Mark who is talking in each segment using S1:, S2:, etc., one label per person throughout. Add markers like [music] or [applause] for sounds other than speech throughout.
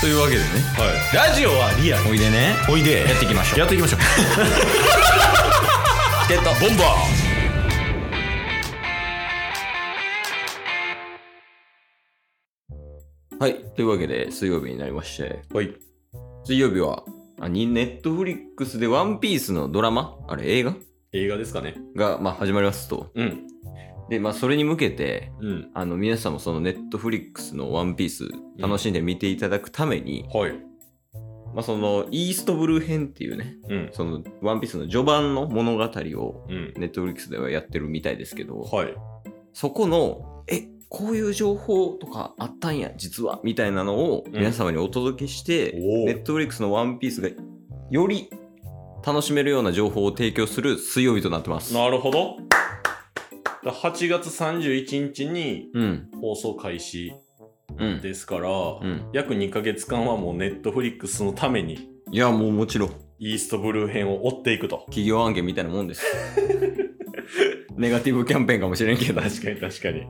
S1: というわけでね
S2: ラジオはリアル
S1: おいでね
S2: おいで
S1: やっていきましょう
S2: やっていきましょう
S1: チケットボンバーはい。というわけで、水曜日になりまして、
S2: はい
S1: 水曜日は、あにネットフリックスでワンピースのドラマあれ、映画
S2: 映画ですかね
S1: が、まあ、始まりますと。
S2: うん
S1: で、まあ、それに向けて、
S2: うん
S1: あの、皆さんもそのネットフリックスのワンピース、楽しんで見ていただくために、
S2: はい
S1: まあ、その、イーストブルー編っていうね、
S2: うん
S1: その、ワンピースの序盤の物語を、
S2: うん
S1: ネットフリックスではやってるみたいですけど、
S2: はい
S1: そこの、え、こういう情報とかあったんや、実は、みたいなのを
S2: ん
S1: 皆様にお届けして、
S2: おお
S1: ネットフリックスのワンピースがより楽しめるような情報を提供する水曜日となってます。
S2: なるほどだ8月31日に
S1: うん。
S2: 放送開始
S1: うん。
S2: ですから、
S1: うん。
S2: 約2ヶ月間はもうネットフリックスのために
S1: いや、もうもちろん、
S2: イーストブルー編を追っていくと
S1: 企業案件みたいなもん
S2: [laughs]
S1: です。ネガティブキャンペーンかもしれんけど。
S2: 確かに確かに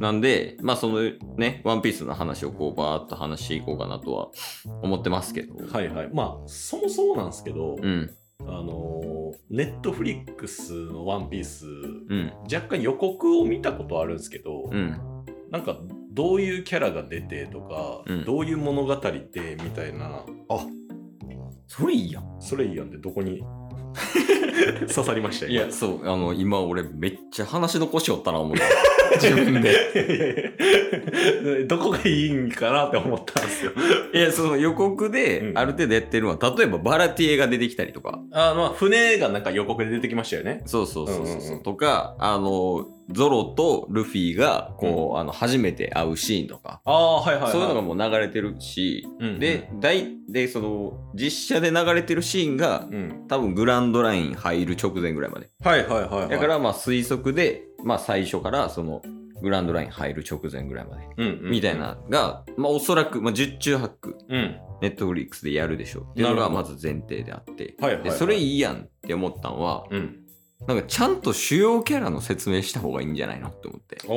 S1: なんで、まあそのね、ワンピースの話をこうバーっと話していこうかなとは思ってますけど。
S2: はいはいまあそもそもなんですけど、
S1: うん。
S2: あのネットフリックスの「ワンピース
S1: うん。
S2: 若干予告を見たことあるんですけど、
S1: うん。
S2: なんかどういうキャラが出てとか、
S1: うん
S2: どういう物語でみたいな
S1: それいいやん。
S2: それいいやんでどこ [laughs] に刺さりました
S1: いや、そう、あの、今俺めっちゃ話残しおったな、思う。 [laughs] 自分で。
S2: いやいやいやどこがいいんかなって思ったんですよ
S1: いや、その予告で
S2: うん
S1: ある程度やってるのは、例えばバラティエが出てきたりとか、
S2: あまあ船がなんか予告で出てきましたよね
S1: そうそうそうそう,、
S2: うんうんうん
S1: とか、あの、ゾロとルフィが、こう、あの、初めて会うシーンとか、
S2: ああはいはい、
S1: そういうのがもう流れてるし、
S2: うんうん
S1: で、大、で、その、実写で流れてるシーンが、
S2: うん
S1: 多分グランドライン入る直前ぐらいまで。
S2: はいはいはい、はい、
S1: だから、まあ推測で、まあ最初から、その、グランドライン入る直前ぐらいまで。
S2: うんうんうん
S1: みたいなが、まあおそらく、まあ十中八九、
S2: うん
S1: ネットフリックスでやるでしょうっていうの
S2: な
S1: が
S2: るほ
S1: まず前提であって、
S2: はいはいは
S1: で
S2: い
S1: それいいやんって思ったのは
S2: うん
S1: なんかちゃんと主要キャラの説明した方がいいんじゃないのって思って
S2: お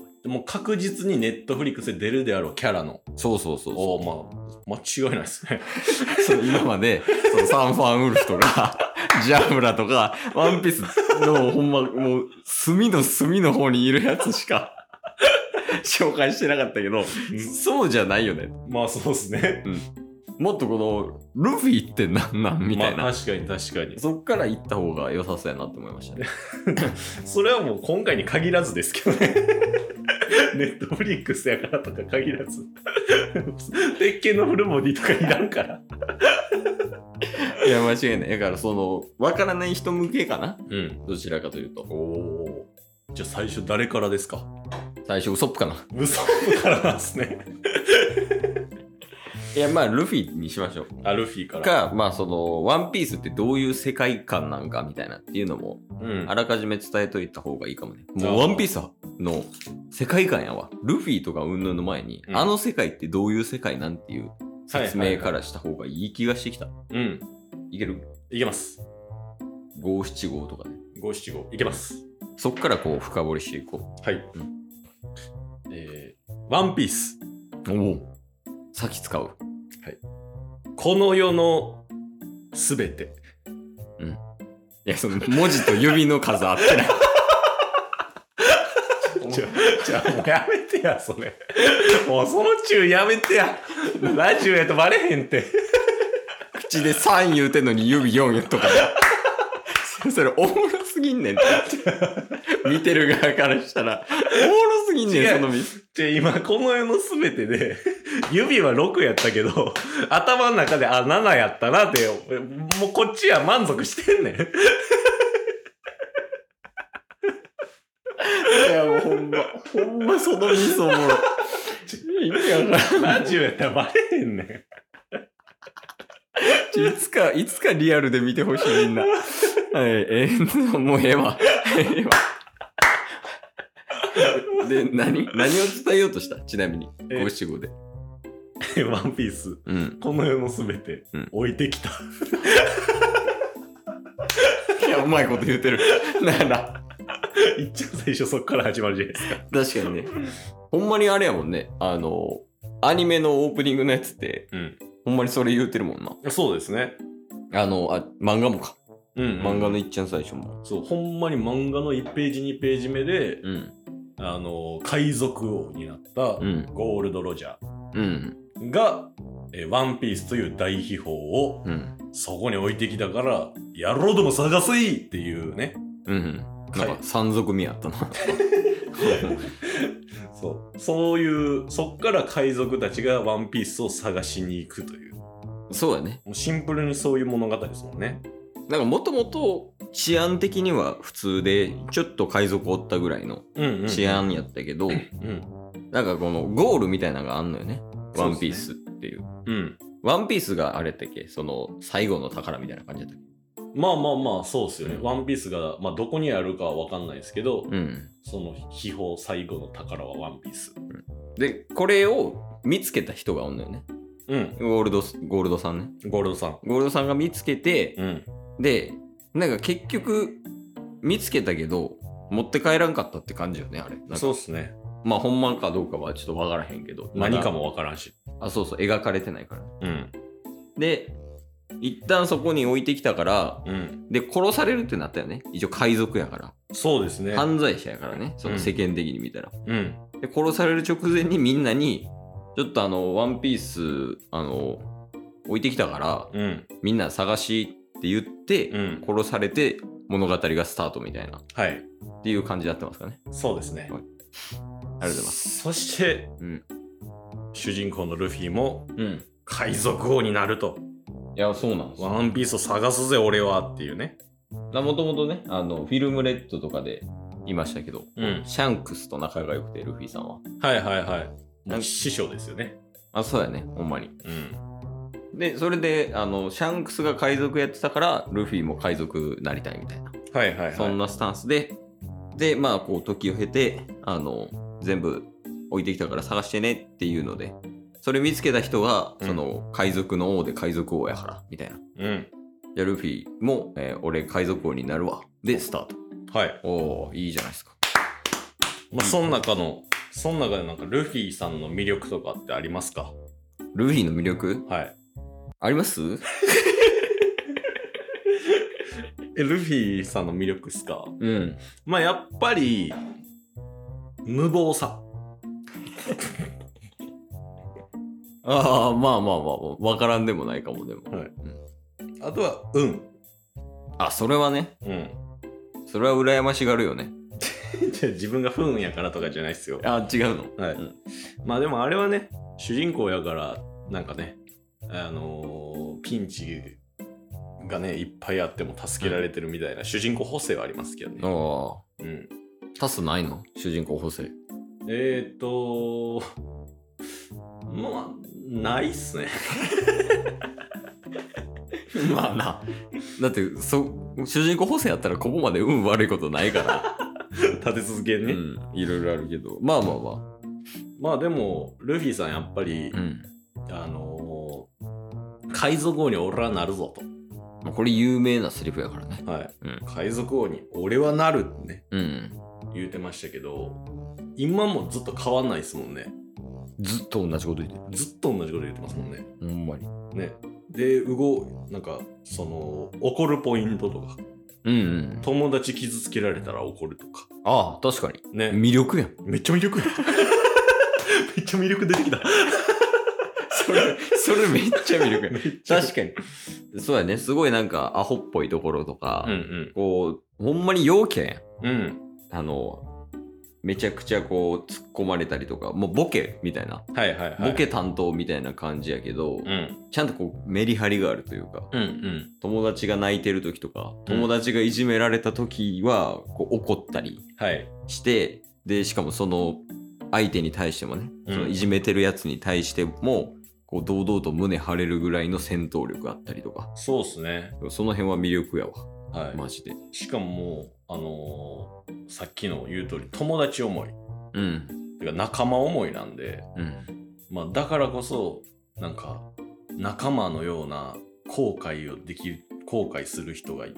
S2: おもう確実にネットフリックスで出るであろうキャラの
S1: そうそうそう
S2: お
S1: そ
S2: おまあ間違いないです [laughs] ね
S1: うその今までそのサンファンウルフとか [laughs] ジャムラとかワンピースのほんまもう隅の隅の方にいるやつしか紹介してなかったけどそうじゃないよね
S2: まあそうですね
S1: もっとこのルフィってなんなんみたいな、
S2: まあ、確かに確かに
S1: そっから行った方が良さそうやなって思いましたね
S2: それはもう今回に限らずですけど
S1: [laughs]
S2: ね。ネットフリックスやからとか限らず。鉄拳のフルボディとかいらんから。
S1: いや間違いないだからその分からない人向けかな
S2: うん。
S1: どちらかというと。
S2: おお。じゃあ最初誰からですか
S1: 最初、ウソップかな。
S2: 嘘からなんですね。
S1: いや、まあ、ルフィにしましょう。
S2: アルフィーから。
S1: か、まあ、その、ワンピースってどういう世界観なんかみたいなっていうのも、
S2: うん
S1: あ。らかじめ伝えといた方がいいかもね。
S2: あ
S1: も
S2: ー
S1: う、ワンピースの世界観やわ。ルフィとか云々の前に、
S2: うん
S1: あの世界ってどういう世界なんっていう説明からした方がいい気がしてきた。い
S2: うん。
S1: ける
S2: いけます。
S1: 五七五とかね。
S2: 五七五。いけます。
S1: そっからこう、深掘りしていこ
S2: はい。
S1: う
S2: えー、ワンピース。
S1: う。おお。先使う。
S2: この世のすべて。
S1: いや、その、文字と指の数合ってない。
S2: ちょ、ちょ、もうやめてや、それ。もうその中やめてや。ラジオやとバレへんって。
S1: 口で3言うてんのに指4言うと [laughs] かそれおもろすぎんねんって見てる側からしたらおもろすぎんねん
S2: 違う
S1: そのミス
S2: ちょ、今、この世のすべてで、指は6やったけど、頭の中で、あ、7やったなって、もうこっちは満足してんねん。
S1: いやもうほんまほんまそのミスおもろい
S2: ラジオやったらバレへんねん。
S1: いつかいつかリアルで見てほしいみんなはいえーもうええわええわで何何を伝えようとしたちなみに
S2: え
S1: 五七五で
S2: ワンピース、
S1: うん
S2: この世のすべて
S1: うん、
S2: 置いてきた。
S1: いやうまいこと言うてるなら
S2: いっちゃ最初そっから始まるじゃないですか。
S1: 確かにね。ほんまにあれやもんね。あの、アニメのオープニングのやつって、
S2: うん
S1: ほんまにそれ言うてるもんな。
S2: そうですね。
S1: あの、あ、漫画もか。
S2: うん、
S1: 漫画のいっちゃん最初も。
S2: そう、ほんまに漫画の1ページ2ページ目で、
S1: うん。
S2: あの、海賊王になった
S1: うん。
S2: ゴールド・ロジャ
S1: うん。
S2: ーが、えーワンピースという大秘宝を
S1: うん。
S2: そこに置いてきたから、野郎ども探せいっていうね。
S1: うん。なん
S2: は
S1: か、
S2: い
S1: 山賊味やった
S2: [laughs]
S1: な。
S2: そう。そういう、そっから海賊たちがワンピースを探しに行くという。も
S1: そうやね。
S2: うシンプルにそういう物語ですもんね。
S1: なんか、もともと治安的には普通で、ちょっと海賊おったぐらいの
S2: うん、うん。
S1: 治。安やったけど、
S2: うん。
S1: なんかこのゴールみたいなのがあんのよね。
S2: そ
S1: ワ
S2: うで
S1: ン
S2: すね
S1: ピースっていう。
S2: うん。
S1: ワンピースがあれやったっけその最後の宝みたいな感じだったっ
S2: まあまあまあ、そうですよね。
S1: うん
S2: ワンピースが、まあどこにあるかはわかんないですけど、
S1: けうん。
S2: その秘宝最後の宝はワンピース。
S1: で、これを見つけた人がおんのよね。
S2: うん。
S1: ゴールド、ゴールドさんね。
S2: ゴールドさん。
S1: ゴールドさんが見つけて、
S2: うん。
S1: で、なんか結局、見つけたけど、持って帰らんかったって感じよね、あれ。なんか
S2: そうっすね。
S1: まあ、ほんまかどうかはちょっとわからへんけど。
S2: 何か
S1: も。
S2: もわからんし。
S1: あ、そうそう、描かれてないから。
S2: うん。
S1: で、一旦そこに置いてきたから、
S2: うん。
S1: で、殺されるってなったよね。一応海賊やから。
S2: そうですね。
S1: 犯罪者やからね。その世間的に見たら。
S2: うん。
S1: で、殺される直前にみんなに、ちょっとあの、ワンピース、あの、置いてきたから、
S2: うん。
S1: みんな探しって言って、
S2: うん。
S1: 殺されて物語がスタートみたいな
S2: はい。
S1: っていう感じになってますかね。
S2: そうですね。
S1: はいあ
S2: あ
S1: りがとうございます。
S2: す。そして、
S1: うん
S2: 主人公のルフィも
S1: うん。
S2: 海賊王になると。
S1: いや、そうなんですよ。
S2: ワンピースを探すぜ、俺はっていうね。
S1: もともとね、あの、フィルムレッドとかでいましたけど、
S2: うん。
S1: シャンクスと仲が良くて、ルフィさんは。
S2: はいはいはい。
S1: な
S2: も
S1: ん
S2: う師匠ですよね。
S1: あ、そうやね、ほんまに。
S2: うん。
S1: で、それで、あの、シャンクスが海賊やってたから、ルフィも海賊なりたいみたいな、
S2: はいはいはい。
S1: そんなスタンスで、で、まあ、こう、時を経て、あの、全部置いてきたから探してねっていうので、それ見つけた人が、
S2: うん
S1: その、海賊の王で海賊王やから、みたいな。
S2: うん。
S1: じゃあルフィも、えー俺海賊王になるわ。で、スタート。
S2: はい。
S1: おおいいじゃないですか。
S2: まあ、その中の、その中でなんかルフィさんの魅力とかってありますか
S1: ルフィの魅力
S2: はい。
S1: あります
S2: えルフィさんの魅力っすか
S1: うん。
S2: まあやっぱり無謀さ
S1: ああ、まあまあまあ、わからんでもないかも、でも。
S2: はい
S1: うん
S2: あとは運
S1: あ、それはね、
S2: うん
S1: それは羨ましがるよね。
S2: [laughs] じゃあ自分が不運やからとかじゃないっすよ
S1: あ違うの。
S2: はい、
S1: ん
S2: まあでもあれはね主人公やからなんかねあのーピンチがねいっぱいあっても助けられてるみたいな主人公補正はありますけどね、
S1: ああ、
S2: うん、
S1: タスないの主人公補正。
S2: えー、っとまあないっすね [laughs]
S1: [laughs] まあな。だって、そ、主人公補正やったらここまで運悪いことない [laughs] から。
S2: 立て続けに
S1: う
S2: ね、
S1: ん。いろいろあるけど。まあまあま
S2: まあでもルフィさんやっぱり、
S1: あ。うん。
S2: あのー海賊王に俺はなるぞ
S1: まあこれ有名なセリフやからね。
S2: と、はい
S1: うん
S2: 海賊王に俺はなるってね
S1: うん。
S2: 言うてましたけど今もずっと変わんないですもんね
S1: ずっと同じこと言ってる。
S2: ずっと同じこと言ってますもんね
S1: ほんまに。
S2: ねで動なんかその怒るポイントとか
S1: うん、うん。
S2: 友達傷つけられたら怒るとか
S1: ああ、確かに。
S2: ね
S1: 魅力やん。
S2: めっちゃ魅力や [laughs] めっちゃ魅力出てきた
S1: それ、 [laughs] それめっちゃ魅力やん。[laughs]
S2: 確
S1: 確かに。そうやね。すごいなんか、アホっぽいところとか、
S2: うん
S1: こう、ほんまに陽キャやん。
S2: うんうん
S1: あの、めちゃくちゃこう、突っ込まれたりとか、もうボケみたいな。
S2: はいはいはい
S1: ボケ担当みたいな感じやけど、
S2: うん
S1: ちゃんとこう、メリハリがあるというか、
S2: うんうん
S1: 友達が泣いてる時とか、
S2: うん
S1: 友達がいじめられた時は、こう、怒ったり、
S2: はい
S1: してでしかもその相手に対してもね、
S2: うん
S1: そのいじめてるやつに対してもこう堂々と胸張れるぐらいの戦闘力あったりとか
S2: そうっすね
S1: その辺は魅力やわ
S2: はい
S1: マジで
S2: しかもあのーさっきの言う通り友達思い
S1: うん
S2: てか仲間思いなんで、
S1: うん
S2: まあ、だからこそなんか仲間のような後悔をできる後悔する人がい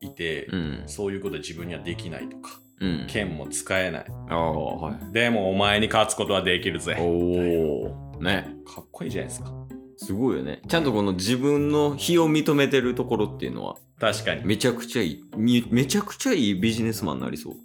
S2: いて、
S1: うん
S2: そういうことは自分にはできないとか
S1: うん
S2: 剣も使えない
S1: ああはい
S2: でもお前に勝つことはできるぜ
S1: おおね。
S2: かっこいいじゃないですか。
S1: すごいよね。ちゃんとこの自分の非を認めてるところっていうのは、
S2: 確かに。
S1: めちゃくちゃいい、みめちゃくちゃいいビジネスマンになりそう。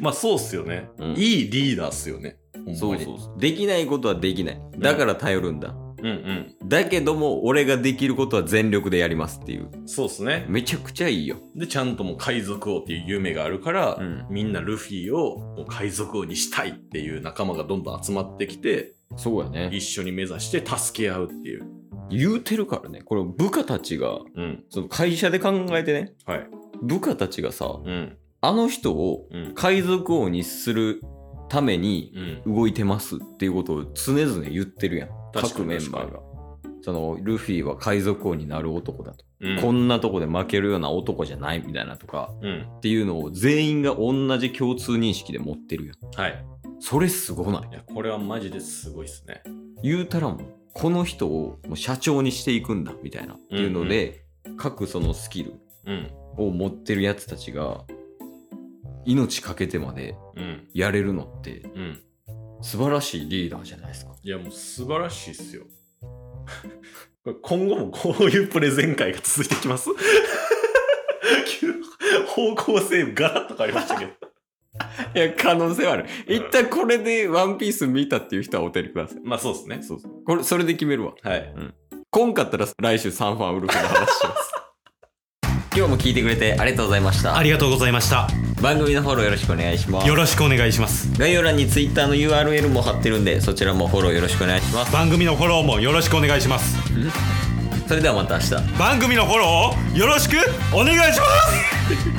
S2: まあそうっすよね。
S1: うん
S2: いいリーダーっすよね。ほん
S1: そ
S2: ま
S1: う
S2: に
S1: そうそう。できないことはできない。だから頼るんだ。
S2: うん
S1: だけども、俺ができることは全力でやりますっていう。
S2: うん。そうっすね。
S1: めちゃくちゃいいよ。
S2: で、ちゃんともう海賊王っていう夢があるから、
S1: うん
S2: みんなルフィをもう海賊王にしたいっていう仲間がどんどん集まってきて、
S1: そうやね。
S2: 一緒に目指して助け合うっていう。
S1: 言うてるからね。これ部下たちが、
S2: うん。
S1: その会社で考えてね、
S2: はい。
S1: 部下たちがさ、
S2: うん。
S1: あの人を
S2: うん。
S1: 海賊王にするために
S2: うん。
S1: 動いてますっていうことを常々言ってるやん。
S2: 確か
S1: 各
S2: に
S1: メンバーが。そのルフィは海賊王になる男だと、
S2: うん。
S1: こんなとこで負けるような男じゃないみたいなとか
S2: うん。
S1: っていうのを全員が同じ共通認識で持ってるやん
S2: はい。
S1: それすごない
S2: いや、これはマジですごいっすね。
S1: 言うたらもうこの人をもう社長にしていくんだみたいなっていうので、各そのスキル
S2: うん。
S1: を持ってるやつたちが命かけてまで
S2: うん。
S1: やれるのって
S2: うん。
S1: 素晴らしいリーダーじゃないですか。
S2: いや、もう素晴らしいっすよ。 [laughs] これ今後もこういうプレゼン会が続いてきます [laughs] 急方向性ガラッと変わりましたけど。
S1: いや、可能性はある。一旦これでワンピース見たっていう人はお手りください。
S2: まあそうですね。
S1: そうそう。これ、それで決めるわ。
S2: はい。
S1: 今かったら来週サンファンウルフの話します。 [laughs] 今日も聞いてくれてありがとうございました
S3: あ。りがとうございました。
S1: 番組のフォローよろしくお願いします
S3: よ。ろしくお願いします。
S1: 概要欄に Twitter の URL も貼ってるんで、そちらもフォローよろしくお願いします。
S3: 番組のフォローもよろしくお願いします。
S1: それではまた明日。
S3: 番組のフォローをよろしくお願いします